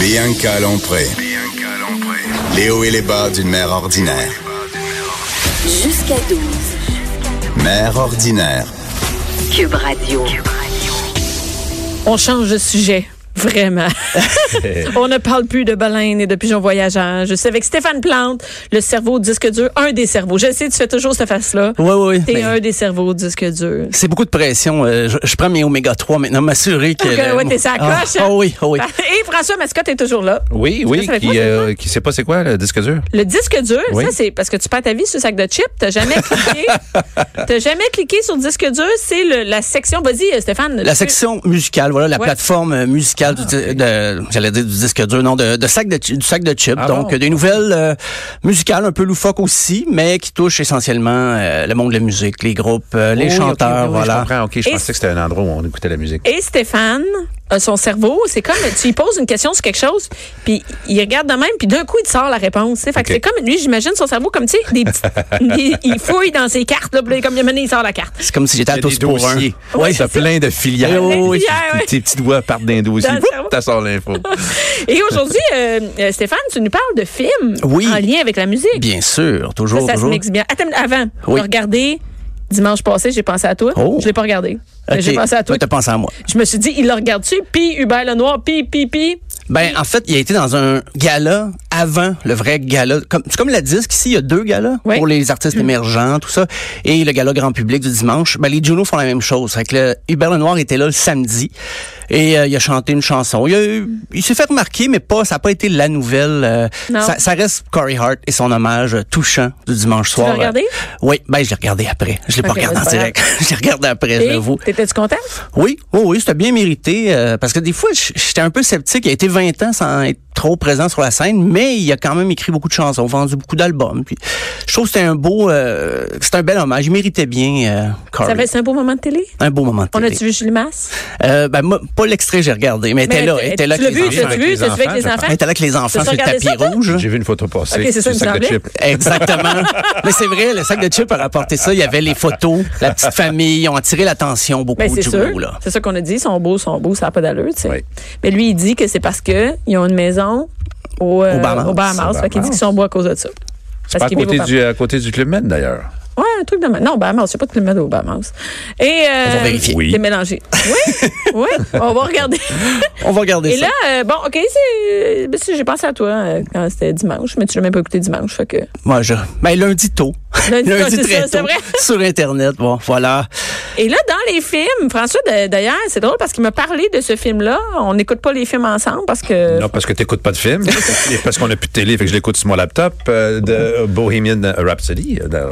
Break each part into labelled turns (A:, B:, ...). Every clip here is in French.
A: Bianca Lompré. Les hauts et les bas d'une mère ordinaire.
B: Jusqu'à 12.
A: Mère ordinaire.
B: Cube Radio.
C: On change de sujet. Vraiment. On ne parle plus de baleines et de pigeons voyageurs. Je suis avec Stéphane Plante, le cerveau disque dur, un des cerveaux. Je sais, tu fais toujours cette face-là.
D: Oui, oui, oui.
C: T'es
D: Mais
C: un des cerveaux disque dur.
D: C'est beaucoup de pression. euh, je, je prends mes oméga 3 maintenant, m'assurer que.
C: Ok,
D: le-
C: euh, ouais, t'es sa
D: Ah,
C: coche.
D: ah oui, ah oui.
C: Et François Mascotte est toujours là.
E: Oui,
C: Tu
E: oui,
C: restes avec
E: qui,
C: moi,
E: euh,
C: Stéphane?
E: qui sait pas c'est quoi le disque dur. Oh,
C: Le disque dur,
E: Oui.
C: ça, c'est parce que tu perds ta vie sur le sac de chips. T'as jamais cliqué. T'as jamais cliqué sur disque dur. C'est le- la section. Vas-y, euh, Stéphane.
D: La
C: tu-
D: section musicale, voilà, la
C: Ouais.
D: plateforme euh, musicale
E: Ah,
D: du, di- de, j'allais dire du disque dur, non, de, de sac de, chi- du sac de chips.
E: Ah
D: Donc,
E: bon?
D: des nouvelles euh, musicales un peu loufoques aussi, mais qui touchent essentiellement euh, le monde de la musique, les groupes, euh, les
E: Oui,
D: chanteurs,
E: ok, oui, Je
D: voilà.
E: comprends, ok, je
C: Et-
E: pensais que c'était un endroit où on écoutait la musique.
C: Et Stéphane, a son cerveau, c'est comme tu lui poses une question sur quelque chose, puis il regarde de même, puis d'un coup il te sort la réponse. tu sais. Fait que c'est
E: Ok.
C: comme lui, j'imagine son cerveau comme tu sais, des petites- des- il fouille dans ses cartes, là, puis là, comme il a mené, il sort la carte.
D: C'est comme si j'étais à
E: Il y a
D: tous
E: des
D: pour un.
E: dossiers.
D: Oui,
E: T'as plein de filières.
D: Oui, oui, oui.
C: Filières, oui.
E: Tes petits doigts partent d'un dossier.
C: Dans le
E: Whoop,
C: cerveau.
E: T'as sort l'info.
C: Et aujourd'hui, euh, euh, Stéphane, tu nous parles de films
D: Oui.
C: en lien avec la musique.
D: bien sûr,
C: Ça,
D: toujours,
C: ça se
D: toujours.
C: mixe bien. Attends, avant,
D: Oui.
C: on regardé dimanche passé, j'ai pensé à toi.
D: Oh.
C: Je l'ai pas regardé. Mais
D: Ok.
C: J'ai pensé à toi.
D: Ouais, t'as pensé à moi.
C: Je me suis dit, il le regarde-tu, puis Hubert Lenoir, puis, puis, puis.
D: Ben, en fait, il a été dans un gala avant le vrai gala. Comme, c'est comme la disque ici, il y a deux galas
C: Oui.
D: pour les
C: Mm.
D: artistes émergents, tout ça. Et le gala grand public du dimanche. Ben, les Juno font la même chose. Fait que le, Hubert Lenoir était là le samedi et euh, il a chanté une chanson. Il, a eu- il s'est fait remarquer, mais pas, ça n'a pas été la nouvelle. euh,
C: Non.
D: ça, ça reste Corey Hart et son hommage euh, touchant du dimanche soir.
C: l'as regardé?
D: Euh, oui, ben, je l'ai regardé après. Je l'ai pas
C: Ok,
D: regardé
C: c'est
D: en
C: pas
D: direct. je l'ai regardé après, je
C: Et
D: l'avoue.
C: t'étais-tu content?
D: Oui, oui, oui, c'était bien mérité. euh, parce que des fois, j- j'étais un peu sceptique. Il a été 20 ans sans être trop présent sur la scène, mais il a quand même écrit beaucoup de chansons, vendu beaucoup d'albums. Puis, je trouve que c'était un beau, euh, c'était un bel hommage. Il méritait bien, euh, Corey.
C: Ça va être un beau moment de télé?
D: Un beau moment de
C: On
D: télé.
C: a-tu vu Julie Masse?
D: Euh, ben, moi, pas l'extrait, j'ai regardé, mais elle était là. elle était là
C: tu
D: avec
C: l'as
D: les
C: vu,
D: enfants.
C: tu l'as
E: avec
C: vu,
E: les
C: tu l'as vu avec les
E: enfants.
C: enfants?
D: Elle était là avec les enfants
C: T'as
D: sur le
C: regardé
D: tapis
C: ça, toi?
D: rouge.
E: J'ai vu une photo passer.
C: Ok, c'est ça,
E: du
C: il me
E: sac de
C: semblait.
E: chips.
D: Exactement. Mais c'est vrai, le sac de chips a rapporté ça. Il y avait les photos, la petite famille. Ils ont attiré l'attention beaucoup
C: Ben, c'est
D: du
C: sûr.
D: coup, là.
C: C'est ça qu'on a dit. Ils sont beaux, ils sont beaux, ça n'a pas d'allure, tu sais.
E: Oui.
C: Mais lui, il dit que c'est parce qu'ils ont une maison au, euh,
D: Au Bahamas.
C: au Bahamas.
E: Au
C: Fait qu'il dit
E: Bahamas.
C: qu'ils sont beaux à cause de ça.
E: C'est pas à
C: qu'ils vivent
E: côté
C: au
E: du, à côté du Club Med, d'ailleurs.
C: Ouais, un truc de. ma- Non, Bahamas. Je sais pas de Club Med au Bahamas. Et. Euh,
D: On va vérifier.
E: Oui.
C: les mélanger. Oui, oui. On va regarder.
D: On va regarder
C: Et
D: ça.
C: là, euh, bon, OK, c'est. ben, si, J'ai pensé à toi euh, quand c'était dimanche, mais tu l'as même pas écouté dimanche. Fait que.
D: Moi, je. Ben, lundi tôt.
C: Lundi tôt, c'est
D: très
C: ça, c'est
D: tôt.
C: vrai.
D: Sur Internet. Bon, voilà.
C: Et là, dans les films, François, d- d'ailleurs, c'est drôle parce qu'il m'a parlé de ce film-là. On n'écoute pas les films ensemble parce que.
E: Non, parce que t'écoutes pas de film. et parce qu'on a plus de télé, fait que je l'écoute sur mon laptop euh, de Bohemian Rhapsody. euh, dans-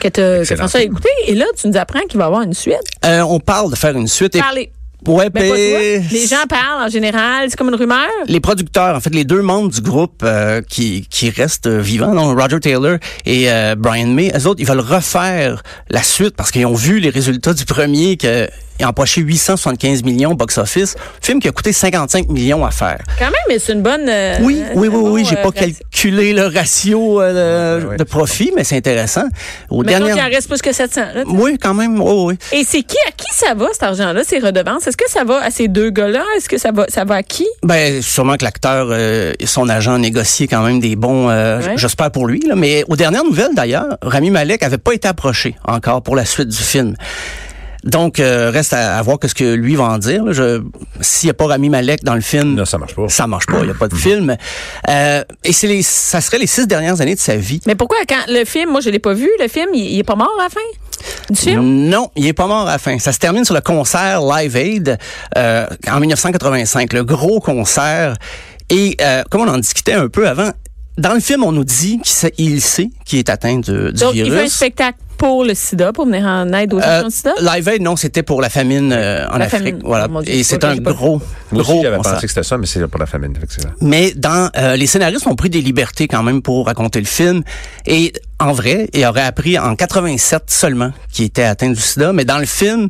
C: Que, t'as- que
E: Excellent.
C: François a écouté. Et là, tu nous apprends qu'il va y avoir une suite.
D: Euh, on parle de faire une suite. Et...
C: Parlez.
D: Ouais,
C: Ben, pas toi.
D: ben,
C: Les gens parlent en général. C'est comme une rumeur.
D: Les producteurs, en fait, les deux membres du groupe euh, qui, qui restent euh, vivants, non, Roger Taylor et euh, Brian May, eux autres, ils veulent refaire la suite parce qu'ils ont vu les résultats du premier que ils ont empoché 875 millions box-office, film qui a coûté 55 millions à faire.
C: Quand même, mais c'est une bonne. euh,
D: Oui,
C: euh,
D: oui, oui,
C: un bon,
D: oui, j'ai
C: euh,
D: pas
C: ratio.
D: calculé le ratio euh,
E: Ouais, ouais,
D: de
E: je
D: profit, mais c'est intéressant. Au
C: Mettons
D: dernier,
C: qu'il en reste plus que 700. là, tu sais.
D: oui, quand même, oui, oui.
C: Et c'est qui à qui ça va cet argent-là, ces redevances Est-ce que ça va à ces deux gars-là Est-ce que ça va ça va à qui
D: Ben, sûrement que l'acteur euh, et son agent négociaient quand même des bons, euh,
C: Ouais.
D: j'espère pour lui. Là. Mais aux dernières nouvelles, d'ailleurs, Rami Malek avait pas été approché encore pour la suite du film. Donc, euh, reste à, à voir que ce que lui va en dire. là. Je- S'il n'y a pas Rami Malek dans le film,
E: Non, ça marche pas. Mm-hmm.
D: ça marche pas. Il n'y a pas de film. Euh, et c'est les, ça serait les six dernières années de sa vie.
C: Mais pourquoi quand le film, moi je l'ai pas vu, le film, il, il est pas mort à la fin du film
D: Non, il est pas mort à la fin. Ça se termine sur le concert Live Aid euh, en 1985, le gros concert. Et euh, comme on en discutait un peu avant, dans le film, on nous dit qu'il sait, il sait qu'il est atteint de- du
C: Donc il fait un
D: virus.
C: spectacle. pour le sida, pour venir en aide aux gens
D: Euh,
C: qui ont le sida?
D: Live Aid, non, c'était pour la famine euh, en
C: La
D: Afrique.
C: famine.
D: Voilà.
C: Oh, mon Dieu,
D: Et
C: c'est
D: c'est
C: pas
D: un
C: que j'ai pas-
D: gros,
E: Moi
D: gros
E: aussi, j'avais
D: concert.
E: pensé que c'était ça, mais c'est pour la famine, effectivement.
D: Mais dans euh, les scénaristes ont pris des libertés quand même pour raconter le film et en vrai, il aurait appris en 87 seulement qu'il était atteint du sida, mais dans le film,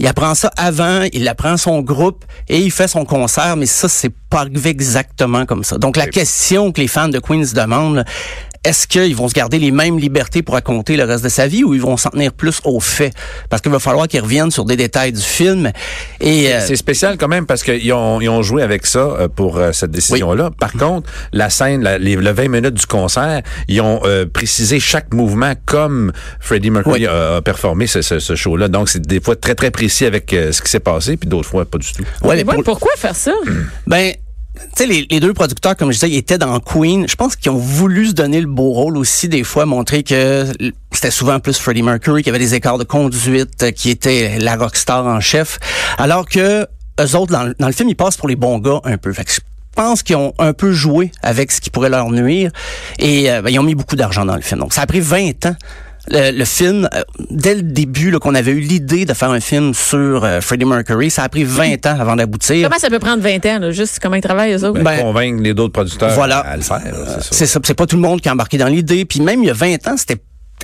D: il apprend ça avant, il apprend son groupe et il fait son concert, mais ça c'est pas arrivé exactement comme ça. Donc la question que les fans de Queen se demandent, là, est-ce qu'ils vont se garder les mêmes libertés pour raconter le reste de sa vie ou ils vont s'en tenir plus aux faits parce qu'il va falloir qu'ils reviennent sur des détails du film et euh,
E: C'est spécial quand même parce qu'ils ont, ils ont joué avec ça euh, pour euh, cette décision-là. Par contre, la scène, la, les, le 20 minutes du concert, ils ont euh, précisé chaque mouvement comme Freddie Mercury
D: Oui.
E: a, a performé ce, ce- ce show-là. Donc, c'est des fois très, très précis avec euh, ce qui s'est passé, puis d'autres fois, pas du tout.
D: ouais,
C: Mais
D: pour-
C: ouais, pourquoi faire ça?
D: Ben, tu sais, les, les deux producteurs, comme je disais, ils étaient dans Queen. Je pense qu'ils ont voulu se donner le beau rôle aussi, des fois, montrer que l- c'était souvent plus Freddie Mercury qui avait des écarts de conduite, euh, qui était la rockstar en chef. Alors que eux autres, dans, le- dans le film, ils passent pour les bons gars un peu. Fait que je pense qu'ils ont un peu joué avec ce qui pourrait leur nuire. Et euh, ben, ils ont mis beaucoup d'argent dans le film. Donc, ça a pris 20 ans. Le, le film, euh, dès le début, là, qu'on avait eu l'idée de faire un film sur euh, Freddie Mercury, ça a pris 20 ans avant d'aboutir.
C: Comment ça peut prendre 20 ans, là, juste comment ils travaillent, eux autres?
E: Ben,
D: Ben,
E: convaincre les autres producteurs
D: voilà. Euh,
E: à le faire, c'est ça.
D: C'est ça, c'est pas tout le monde qui a embarqué dans l'idée. Puis même il y a 20 ans, c'était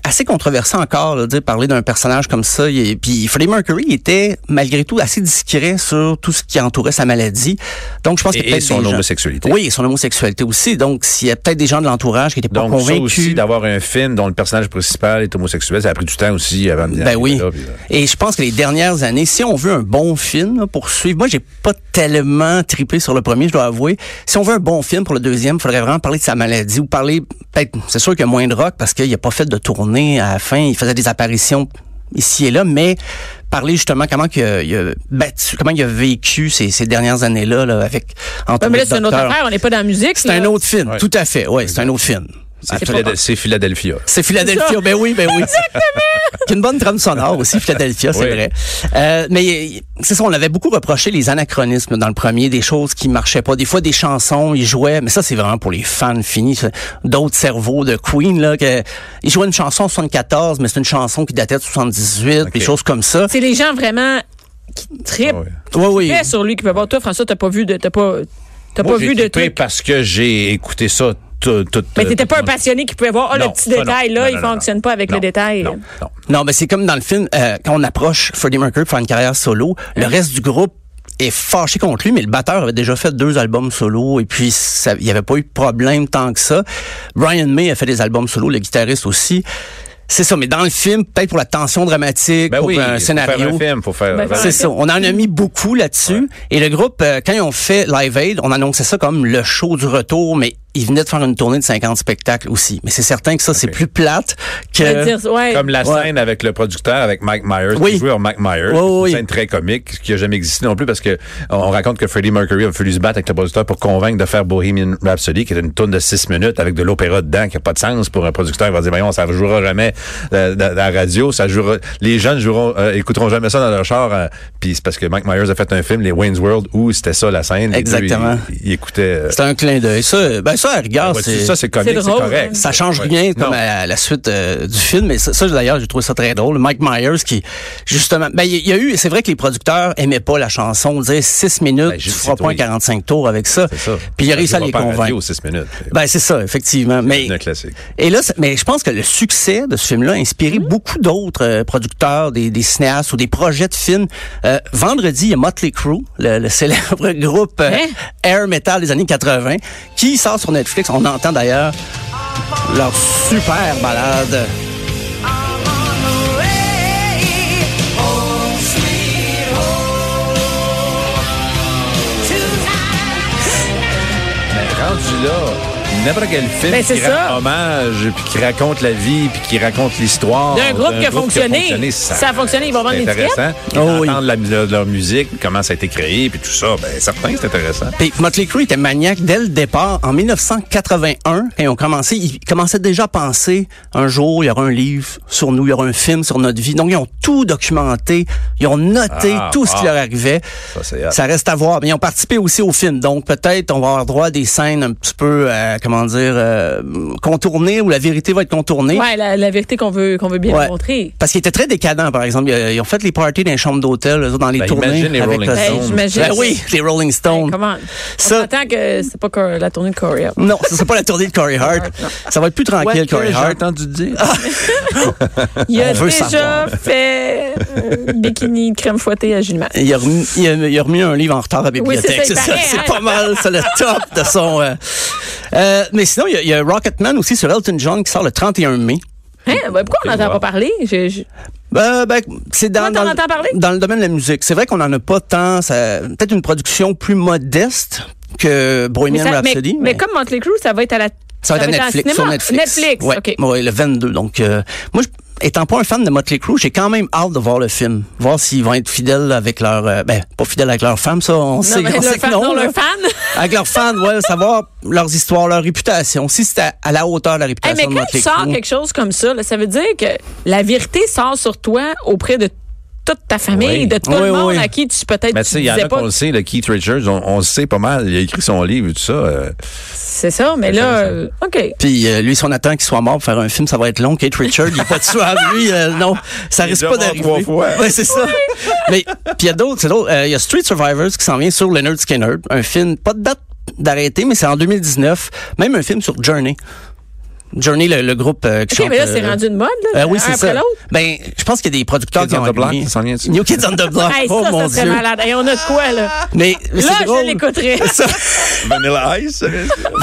D: assez controversé encore là, de dire, parler d'un personnage comme ça. Il est- Puis Freddie Mercury il était malgré tout assez discret sur tout ce qui entourait sa maladie. Donc je pense
E: Et-
D: que
E: et
D: peut-être
E: son
D: des gens-
E: homosexualité.
D: Oui, et son homosexualité aussi. Donc s'il y a peut-être des gens de l'entourage qui n'étaient pas
E: Donc, ça aussi,
D: convaincus.
E: d'avoir un film dont le personnage principal est homosexuel, ça a pris du temps aussi avant de
D: Ben oui.
E: là, puis, euh,
D: Et je pense que les dernières années, si on veut un bon film là, pour suivre, moi j'ai pas tellement triplé sur le premier, je dois avouer. Si on veut un bon film pour le deuxième, il faudrait vraiment parler de sa maladie ou parler peut-être. C'est sûr qu'il y a moins de rock parce qu'il a pas fait de tournée à la fin. Il faisait des apparitions ici et là, mais parler justement comment il a, il a battu, comment il a vécu ces, ces dernières années-là là, avec entre
C: Ouais, mais là,
D: autres
C: c'est une autre
D: docteurs.
C: affaire, on n'est pas dans la musique.
D: C'est un
C: là.
D: autre film,
E: Ouais.
D: tout à fait. Oui, c'est un autre film.
E: C'est Philad- c'est Philadelphia.
D: C'est Philadelphia, ben oui, ben oui. Exactement. Une bonne trame sonore aussi, Philadelphia, c'est
E: Oui.
D: vrai. Euh, mais euh, c'est ça, on avait beaucoup reproché les anachronismes dans le premier, des choses qui marchaient pas, des fois des chansons, ils jouaient, mais ça c'est vraiment pour les fans finis, ça. d'autres cerveaux de Queen là, que ils jouaient une chanson en 74, mais c'est une chanson qui datait de 78, des choses comme ça.
C: C'est les gens vraiment qui trippent
E: Ah ouais.
D: Oui, oui.
C: trippaient sur lui, qui peuvent voir. Toi, François, t'as pas vu de, t'as pas, t'as
E: Moi,
C: pas
E: j'ai
C: vu de
E: trippé
C: trucs.
E: parce que j'ai écouté ça tout, tout
C: Mais t'étais
E: tout
C: pas un
E: mon-
C: passionné qui pouvait voir, ah, le
E: Non,
C: petit
E: ça, non.
C: détail, là,
E: Non,
C: il
E: non, non,
C: fonctionne
E: non.
C: pas avec le
E: Non,
C: détail.
E: Non, non.
D: Non, mais c'est comme dans le film, euh, quand on approche Freddie Mercury pour faire une carrière solo, le reste du groupe est fâché contre lui, mais le batteur avait déjà fait deux albums solo et puis ça- il n'y avait pas eu de problème tant que ça. Brian May a fait des albums solo, le guitariste aussi. C'est ça, mais dans le film, peut-être pour la tension dramatique,
E: Ben
D: pour
E: oui,
D: un
E: faut faire un
D: scénario.
E: film, faut faire.
C: Ben,
D: C'est
C: Ouais.
D: ça. On en a mis beaucoup là-dessus. Et le groupe, euh, quand ils ont fait Live Aid, on annonçait ça comme le show du retour, mais ils venaient de faire une tournée de 50 spectacles aussi. Mais c'est certain que ça, c'est plus plate que...
C: Je veux dire, ouais.
E: Euh, Comme la
D: Ouais.
E: scène avec le producteur, avec Mike Myers,
D: Oui.
E: qui jouait en Mike Myers.
D: Oui,
E: une
D: oui.
E: scène très comique, qui n'a jamais existé non plus, parce que on- on raconte que Freddie Mercury a voulu se battre avec le producteur pour convaincre de faire Bohemian Rhapsody, qui est une tourne de six minutes avec de l'opéra dedans, qui n'a pas de sens pour un producteur. Il va dire, voyons, ça ne jouera jamais euh, dans dans la radio, ça jouera, les jeunes joueront, euh, écouteront jamais ça dans leur char. euh, Puis c'est parce que Mike Myers a fait un film, les Wayne's World, où c'était ça la scène. Les deux,
D: Exactement.
E: ils- Ils écoutaient. euh,
D: C'est un clin d'œil. Ça, ben ça, regarde,
E: ouais,
D: c'est-
E: ça, c'est comique,
C: C'est
E: c'est
C: drôle,
E: correct.
C: hein.
D: ça change
E: Ouais.
D: rien comme
E: Non.
D: à la suite euh, du film. Mais ça, ça, d'ailleurs, j'ai trouvé ça très drôle. Mike Myers qui, justement, ben il y, a eu, c'est vrai que les producteurs aimaient pas la chanson. On disait 6 minutes,
E: Ben,
D: tu
E: juste,
D: feras
E: c'est-
D: pas un
E: oui.
D: 45 tours avec ça.
E: C'est ça. Ben,
D: Puis il a
E: Ça
D: réussi à
E: jouera
D: les
E: pas en radio,
D: convaincre.
E: six minutes.
D: Ben c'est ça, effectivement. Mais
E: C'est un classique.
D: et là, c'est- mais je pense que le succès de ce film-là a inspiré beaucoup d'autres euh, producteurs, des, des cinéastes ou des projets de films. Euh, vendredi, il y a Motley Crue, le, le célèbre groupe euh,
C: Hein?
D: air metal des années 80, qui sort sur Netflix. On entend d'ailleurs leur super balade.
E: Rendu là, n'importe quel film
C: Ben, c'est
E: qui rend
C: ça.
E: hommage, puis qui raconte la vie, puis qui raconte l'histoire
C: D'un groupe qui a fonctionné. Ça a fonctionné, ils vont vendre
E: c'est
C: les
E: intéressant.
D: Oh oui.
E: Entendre la, leur, leur musique, comment ça a été créé, puis tout ça, ben certain que c'est intéressant.
D: Puis Motley Crue était maniaque dès le départ. En 1981, quand ils ont commencé, ils commençaient déjà à penser un jour, il y aura un livre sur nous, il y aura un film sur notre vie. Donc, ils ont tout documenté, ils ont noté
E: Ah,
D: tout ce qui
E: ah.
D: leur arrivait.
E: Ça, c'est hot.
D: Ça reste à voir. Mais ils ont participé aussi au film. Donc, peut-être on va avoir droit à des scènes un petit peu euh, comment dire, euh, contournée ou la vérité va être contournée.
C: Ouais, la, la vérité qu'on veut, qu'on veut bien
D: Ouais.
C: montrer.
D: Parce qu'ils étaient très décadents, par exemple. Ils, ils ont fait les parties dans les chambres d'hôtel, eux autres, dans les
E: Ben,
D: tournées.
E: imagine les
D: avec
E: Rolling
D: le-
E: Stones.
C: Hey, j'imagine.
D: Ben oui, les Rolling
C: Hey,
D: Stones.
C: comment?
D: Ça-
C: On s'entend que c'est pas que la tournée de Coréa.
D: non, ce sera pas la tournée de Corey Hart. Ça va être plus tranquille, Corey Hart. Ah,
E: entendu dire.
C: Il a
D: On veut
C: déjà
D: savoir.
C: fait euh, bikini crème fouettée à Gilman.
D: Il a, remis, il, a, il a remis un livre en retard à la
C: Oui, c'est
D: bibliothèque.
C: ça, il
D: c'est ça,
C: paraît,
D: c'est
C: hein.
D: pas mal. C'est le top de son. euh, euh, mais sinon, il y, a, il y a Rocketman aussi sur Elton John qui sort le 31 mai.
C: Hein? Ben, pourquoi on n'entend
E: voir.
C: pas parler? Je- je-
D: Ben, ben, c'est dans,
C: Comment t'en
D: dans,
C: entends parler?
D: dans le domaine de la musique. C'est vrai qu'on n'en a pas tant. ça- Peut-être une production plus modeste que
C: Mais,
D: Bohemian
C: ça- mais-
D: Rhapsody.
C: mais comme Motley Crue, ça va être à la.
D: Ça va être à
C: en
D: Netflix, sur
C: cinéma.
D: Netflix.
C: Netflix,
D: ouais.
C: OK.
D: Ouais, le 22. Donc, euh, moi, je- étant pas un fan de Motley Crue, j'ai quand même hâte de voir le film. Voir s'ils vont être fidèles avec leur... euh, ben, pas fidèles avec leur femme, ça, on sait,
C: mais
D: on
C: le
D: sait que
C: fan,
D: non.
C: non,
D: là.
C: le fan.
D: Avec leurs fans, ouais, savoir leurs histoires, leur réputation. Si c'était à la hauteur de la
C: Hey,
D: réputation
C: mais
D: de
C: quand
D: Motley
C: tu sors
D: Crue.
C: quelque chose comme ça, là, ça veut dire que la vérité sort sur toi auprès de toute ta famille,
E: Oui.
C: de tout
D: Oui,
C: le monde
D: oui. Ben,
C: à qui tu peut-être
E: Mais tu
C: tu
E: sais, il y en
C: disais
E: a
C: pas.
E: qu'on le sait, le Keith Richards, on, on le sait pas mal. Il a écrit son livre et tout ça. euh,
C: C'est ça, mais là, euh, OK.
D: Puis euh, lui, si on attend qu'il soit mort pour faire un film, ça va être long. Kate Richard, il est pas tuable, lui. euh, non, ça
E: Il est
D: risque
E: déjà
D: pas
E: mort
D: d'arriver.
E: trois fois.
D: Ouais, c'est ça. Mais puis il y a d'autres, c'est d'autres. Euh, Il y a Street Survivors qui s'en vient sur Leonard Skinner, un film pas de date d'arrêter, mais c'est en 2019. Même un film sur Journey. Journey, le, le groupe euh, qui
C: OK,
D: chante,
C: mais là, c'est
D: euh,
C: rendu une mode, là,
D: euh, oui,
C: un
D: c'est
C: après
D: ça.
C: l'autre.
D: Ben, je pense qu'il y a des producteurs
E: Kids
D: qui
E: on
D: ont
E: the Block,
D: amené-
E: ça s'en vient-tu?
D: New Kids on the Block.
C: Hey, ça,
D: oh
C: ça
D: mon
C: serait
D: dieu.
C: malade. Et on a de quoi, là?
D: Mais, mais
C: là,
D: c'est drôle.
C: je l'écouterais.
E: Vanilla Ice.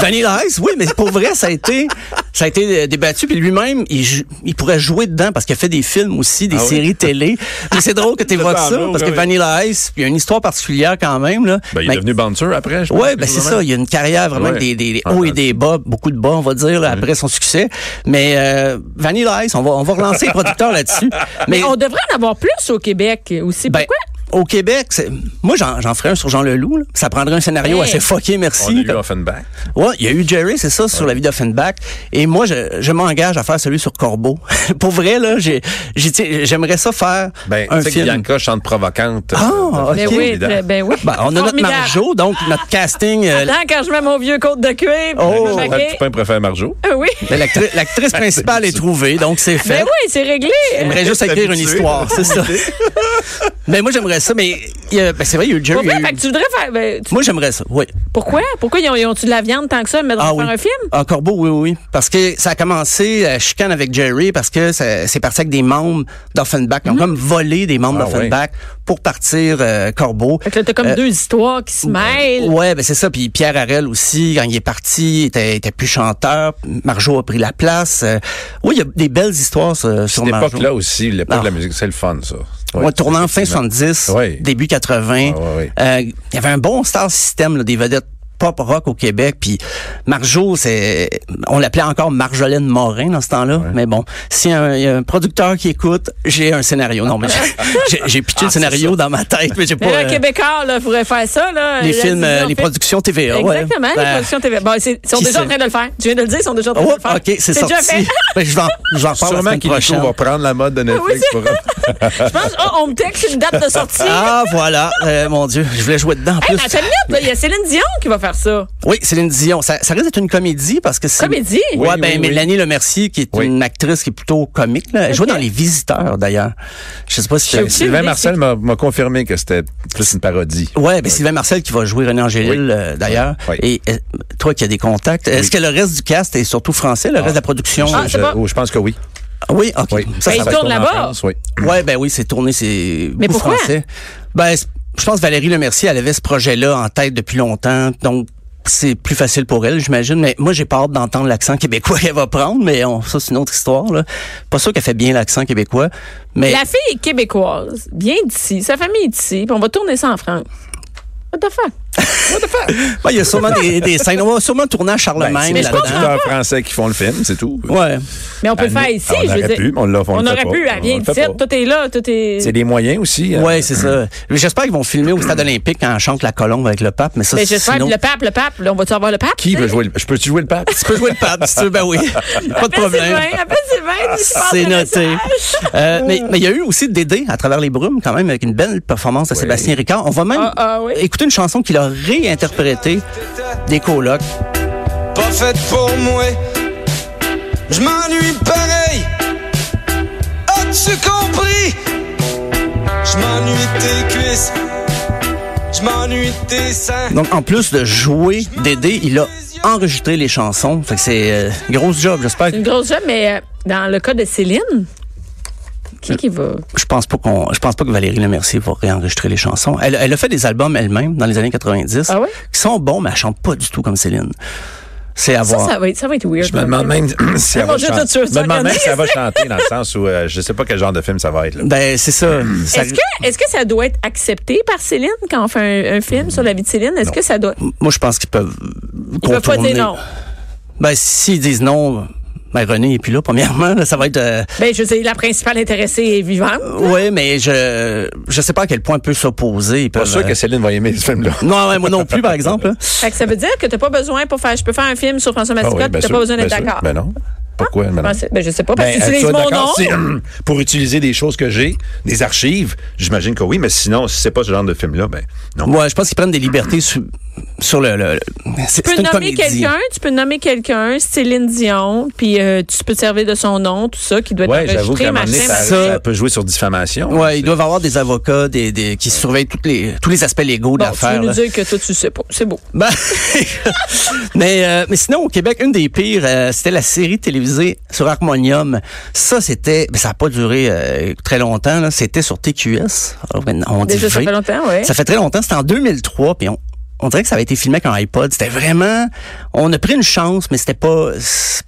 D: Vanilla Ice, oui, mais pour vrai, ça a été, ça a été euh, débattu. Puis lui-même, il, ju- il pourrait jouer dedans parce qu'il a fait des films aussi, des
E: Ah oui?
D: séries télé. Puis c'est drôle que tu évoques
E: Ça
D: ça
E: parle,
D: parce que
E: oui.
D: Vanilla Ice, il y a une histoire particulière quand même. Là.
E: Ben, il est
D: Mais-
E: devenu bouncer après, je pense.
D: Ouais, ben c'est ça. Il y a une carrière vraiment
E: Ouais.
D: avec des, des, des hauts et des bas, beaucoup de bas, on va dire, là, après son succès. Mais euh, Vanilla Ice, on va, on va relancer les producteurs là-dessus.
C: Mais on devrait en avoir plus au Québec aussi.
D: ben,
C: Pourquoi?
D: au Québec, c'est- moi j'en j'en ferais un sur Jean Leloup. là. Ça prendrait un scénario
C: Hey.
D: assez fucké,
E: On a
D: merci.
E: eu Offenbach.
D: Ouais, il y a eu Jerry, c'est ça, sur la vie d'Offenbach. Et moi, je, je m'engage à faire celui sur Corbeau. Pour vrai, là, j'ai, j'ai- tu sais, j'aimerais ça faire
E: Ben,
D: un
E: tu sais que
D: film.
E: Bianca chante provocante.
D: Ah,
E: Euh,
D: ok.
C: Ben oui,
E: évident.
C: très- ben oui.
D: Ben, on a notre
C: Formidable.
D: Marjo, donc notre casting. euh,
C: Attends, quand je mets mon vieux côte de cuir,
D: Oh.
C: je me
E: Fred
C: maquille.
E: Toupin préfère Marjo.
C: Ah Oui.
D: ben, l'actri- l'actrice principale est trouvée, donc c'est fait.
C: Ben oui, c'est réglé.
D: J'aimerais juste
E: T'es
D: écrire une
E: habitué.
D: histoire, c'est ça. Mais moi, j'aimerais ça, mais il y a- ben, c'est vrai, il y a eu Jerry.
C: Pour vrai,
D: il y a
C: fait
D: eu-
C: que tu voudrais faire. ben, tu-
D: Moi, j'aimerais ça, oui.
C: Pourquoi? Pourquoi ils ont, ils ont-tu de la viande tant que ça, mais dans faire un film?
D: Ah, Corbeau, oui, oui, oui. Parce que ça a commencé à chicane avec Jerry parce que ça- c'est parti avec des membres d'Offenbach.
C: Mhm.
D: Ils ont comme volé des membres
E: Ah,
D: d'Offenbach pour partir euh, Corbeau.
C: Fait que là, t'as comme
D: Euh,
C: deux histoires qui se mêlent.
D: Ouais, ben c'est ça. Puis Pierre Harel aussi, quand il est parti, il était, il était plus chanteur. Marjo a pris la place. Euh, oui, il y a des belles histoires sur, sur
E: Cette
D: Marjo.
E: époque-là aussi, l'époque de la musique, c'est le fun, ça.
D: Ouais, tournant fin
E: effectivement.
D: 70,
E: Ouais.
D: début 80.
E: Ah, ouais, ouais.
D: Euh, Il y avait un bon star system là, des vedettes pop rock au Québec. Puis Marjo, c'est, on l'appelait encore Marjolaine Morin dans ce temps-là. Mais bon, si un, il y a un producteur qui écoute, j'ai un scénario. Non, mais j'ai- j'ai, j'ai
E: Ah,
D: pitché le scénario dans ma tête, mais j'ai pas.
C: Mais là,
D: euh,
C: Québécois, là, faudrait faire ça, là.
D: les
C: La
D: films,
C: division
D: euh, les
C: fait-
D: productions TVA. ouais.
C: Exactement, les
D: Ben,
C: productions TV. Bon, c'est- ils sont
D: qui
C: déjà en
D: sait?
C: train de le faire. Tu viens de le dire, ils sont déjà en train
D: Oh,
C: de le faire.
D: ok, c'est
C: déjà
D: sorti.
C: fait.
D: Ben, je vais en, je vais en parler la
E: Sûrement
D: semaine
E: qu'Ilico
D: prochaine.
E: va prendre la mode de Netflix
C: Oui,
E: pour...
C: Je pense, oh, on me texte une date de sortie.
D: Ah, voilà. Euh, mon Dieu, je voulais jouer dedans en
C: Hey,
D: plus.
C: mais attends une minute, là, il y a Céline Dion qui va faire ça.
D: Oui, Céline Dion. Ça, ça risque d'être une comédie parce que c'est.
C: Comédie?
D: Ouais,
E: Oui,
D: ben
E: oui, oui.
D: Mélanie Lemercier, qui est
E: Oui.
D: une actrice qui est plutôt comique. Là. Elle jouait dans Les Visiteurs, d'ailleurs. Je sais pas si.
C: Je-
E: Sylvain
C: idée,
E: Marcel m'a m'a confirmé que c'était plus une parodie.
D: Ouais, ben Sylvain Marcel qui va jouer René Angélil,
E: Oui.
D: euh, d'ailleurs.
E: Oui.
D: Et euh, toi qui as des contacts, est-ce que le reste du cast est surtout français, le reste de la production?
C: Ah,
E: je,
C: c'est pas-
E: oh, je pense que oui.
D: Oui, ok.
E: oui.
D: Ça, ça
C: Ben, il
D: va.
C: tourne
E: tourner en
C: là-bas.
E: France, oui.
D: Ouais, ben oui, c'est tourné, c'est
C: Mais
D: beaucoup
C: pourquoi?
D: français. Ben, c'est- je pense que Valérie Lemercier, elle avait ce projet-là en tête depuis longtemps, donc c'est plus facile pour elle, j'imagine. Mais moi, j'ai pas hâte d'entendre l'accent québécois qu'elle va prendre, mais on, ça, c'est une autre histoire. Là. Pas sûr qu'elle fait bien l'accent québécois, mais
C: La fille est québécoise, bien d'ici, sa famille est d'ici, puis on va tourner ça en France. What the fuck?
D: Ouais, il y a sûrement des, des scènes. On va sûrement tourner à Charlemagne
E: Ben, c'est les
D: là-dedans.
E: producteurs français qui font le film, c'est tout.
D: Ouais.
C: Mais on peut le
E: Ah,
C: faire
E: nous,
C: ici,
E: on
C: je veux
E: aurait
C: dire.
E: pu, mais on l'a- on le fait
C: aurait
E: pas.
C: pu,
E: On
C: elle vient
E: le fait
C: d'ici,
E: pas.
C: tout est là, tout est...
E: C'est des moyens aussi. hein.
D: Ouais, c'est ça. J'espère qu'ils vont filmer au Stade olympique quand on chante la colombe avec le pape, mais ça,
C: Mais
D: c'est
C: Ben, j'espère que
D: sinon...
C: le pape, le pape, là, on va-tu avoir le pape?
E: Qui veut jouer le... Je peux-tu jouer le pape?
D: Tu peux jouer le pape, si tu veux, ben oui. Pas de
C: Appelle
D: problème.
C: Sylvain, appelle Sylvain,
E: Ah,
C: dis qu'il passe
D: C'est
C: le
D: noté.
C: message.
D: Euh, mais mais il y a eu aussi Dédé à travers les brumes quand même avec une belle performance de Sébastien Ricard. On va même
C: Ah, ah, oui.
D: écouter une chanson qu'il a réinterprétée des colocs.
F: pas faite pour moi. Je m'ennuie pareil. As-tu compris? Je m'ennuie de tes cuisses. Je m'ennuie de tes seins.
D: Donc, en plus de jouer Dédé, il a enregistré les chansons. Fait que c'est euh, grosse job, j'espère.
C: Une
D: que-
C: grosse job, mais euh, dans le cas de Céline, qui qui va?
D: Je pense pas qu'on, je pense pas que Valérie Lemercier va réenregistrer les chansons. Elle, elle a fait des albums elle-même dans les années 90
C: Ah ouais?
D: qui sont bons, mais elle chante pas du tout comme Céline. C'est à
C: Ça,
D: voir.
C: ça va être, ça va être weird.
E: Je me demande même
D: Ah
E: si elle
C: Mon
E: va
C: Dieu, t'as
E: chanter.
C: tué
E: Je me demande même
C: ça,
E: si elle va chanter dans le sens où euh, je sais pas quel genre de film ça va être. là.
D: Ben c'est ça. Ça-
C: Est-ce que, est que ça doit être accepté par Céline quand on fait un, un film sur la vie de Céline? Est-ce que ça doit.
D: Moi, je pense qu'ils peuvent
C: Ils peuvent pas
D: contourner.
C: dire non.
D: Ben s'ils disent non, ben René est plus là. Premièrement, là, ça va être. euh,
C: Ben, je sais, la principale intéressée est vivante.
D: Oui, mais je je sais pas à quel point on peut s'opposer. Ils
E: Pas
D: peuvent,
E: sûr que
D: euh,
E: Céline va aimer ce film-là.
D: Non, ouais, moi non plus, par exemple. hein. là.
C: Fait que ça veut dire que t'as pas besoin pour faire. Je peux faire un film sur François
E: Ah oui,
C: Mascotte,
E: ben
C: t'as
E: sûr,
C: pas besoin d'être
E: ben sûr.
C: d'accord.
E: Ben non. Pourquoi? ben non.
C: Ben, c'est- ben, je sais pas, parce que
E: Ben,
C: tu
E: euh,
C: utilises
E: sois
C: mon nom.
E: d'accord, si- pour utiliser des choses que j'ai, des archives, j'imagine que oui, mais sinon, si c'est pas ce genre de film-là, ben non.
D: Ouais, je pense qu'ils prennent des libertés sur, sur le. le, le- c'est c'est
C: Tu peux
D: une
C: nommer
D: comédie.
C: quelqu'un, tu peux nommer quelqu'un, Céline Dion, puis euh, tu peux te servir de son nom, tout ça, qui doit être
E: Ouais, j'avoue
C: enregistré,
E: qu'à un moment donné,
C: machin,
E: ça,
C: machin.
D: machin.
E: ça peut jouer sur diffamation.
D: Ouais, ils doivent avoir des avocats des, des, qui surveillent toutes les, tous les aspects légaux de
C: Bon, tu veux
D: l'affaire.
C: nous
D: là.
C: dire que toi, tu sais pas. C'est beau.
D: Ben, mais, euh, mais sinon, au Québec, une des pires, euh, c'était la série télévisée sur Harmonium. Ça, c'était... ben, ça n'a pas duré euh, très longtemps. là. C'était sur TQS. Alors, ben, on dit
C: Déjà, ça
D: V.
C: fait longtemps, ouais.
D: Ça fait très longtemps. C'était en 2003, puis on... On dirait que ça avait été filmé avec un iPod. C'était vraiment, on a pris une chance, mais c'était pas,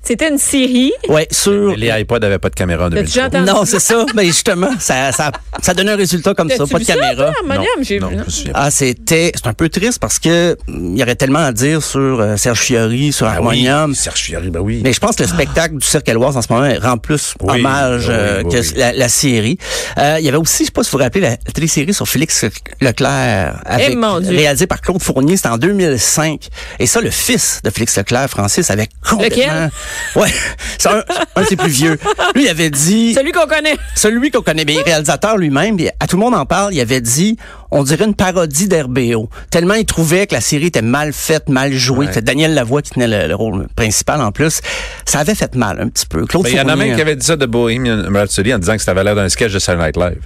C: C'était une série.
D: ouais, sur
E: Les iPods n'avaient pas de caméra en
C: T'as
E: 2003.
C: déjà entendu
D: Non, c'est ça. Mais justement, ça, ça, ça donnait un résultat comme ça,
C: T'as-tu
D: pas de
C: vu ça,
D: caméra.
C: toi, Harmonium, j'ai
E: non,
C: vu.
E: je
C: non?
E: me souviens pas.
D: Ah, c'était, c'est un peu triste parce que mm, il y aurait tellement à dire sur euh, Serge Fiori, sur
E: Ah oui,
D: Harmonium.
E: Serge Fiori, ben oui.
D: Mais je pense que le spectacle du Cirque Éloise en ce moment rend plus
E: Oui,
D: hommage euh,
E: oui, oui,
D: que
E: oui.
D: La, la série. Euh, il y avait aussi, je sais pas si vous vous rappelez, la, la télésérie sur Félix Leclerc, avec,
C: Eh, mon Dieu.
D: réalisée par Claude Fournier, c'était en 2005. Et ça, le fils de Félix Leclerc, Francis, avait complètement... Ouais, c'est un, un de ses plus vieux. Lui, il avait dit...
C: Celui qu'on connaît.
D: Celui qu'on connaît bien, réalisateur lui-même, puis à tout le monde en parle, il avait dit, on dirait une parodie d'RBO. Tellement il trouvait que la série était mal faite, mal jouée. C'était Daniel Lavoie qui tenait le, le rôle principal en plus. Ça avait fait mal un petit peu. Claude
E: Mais Ben, il y en a
D: Fournier,
E: même qui
D: euh,
E: avaient dit ça de Bohemian Rhapsody en disant que ça avait l'air d'un sketch de Saturday Night Live.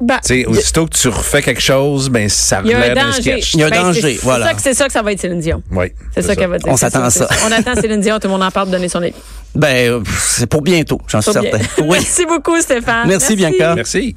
C: Ben,
E: Tu sais, aussitôt que tu refais quelque chose, ben ça a
C: il y a un
E: l'air d'un
C: danger.
E: sketch.
D: Il y a un
C: Ben,
D: danger,
C: c'est- c'est
D: voilà.
C: ça que- C'est ça, que ça va être Céline Dion.
E: Oui.
C: C'est ça qu'elle va dire.
D: On
C: C'est
D: s'attend
C: c'est
D: à ça.
C: On attend Céline Dion, tout le monde en parle, de donner son avis.
D: Ben, euh, pff, c'est pour bientôt, j'en suis
C: Pas bien.
D: certain. Oui.
C: Merci beaucoup, Stéphane.
D: Merci, Bianca.
E: Merci.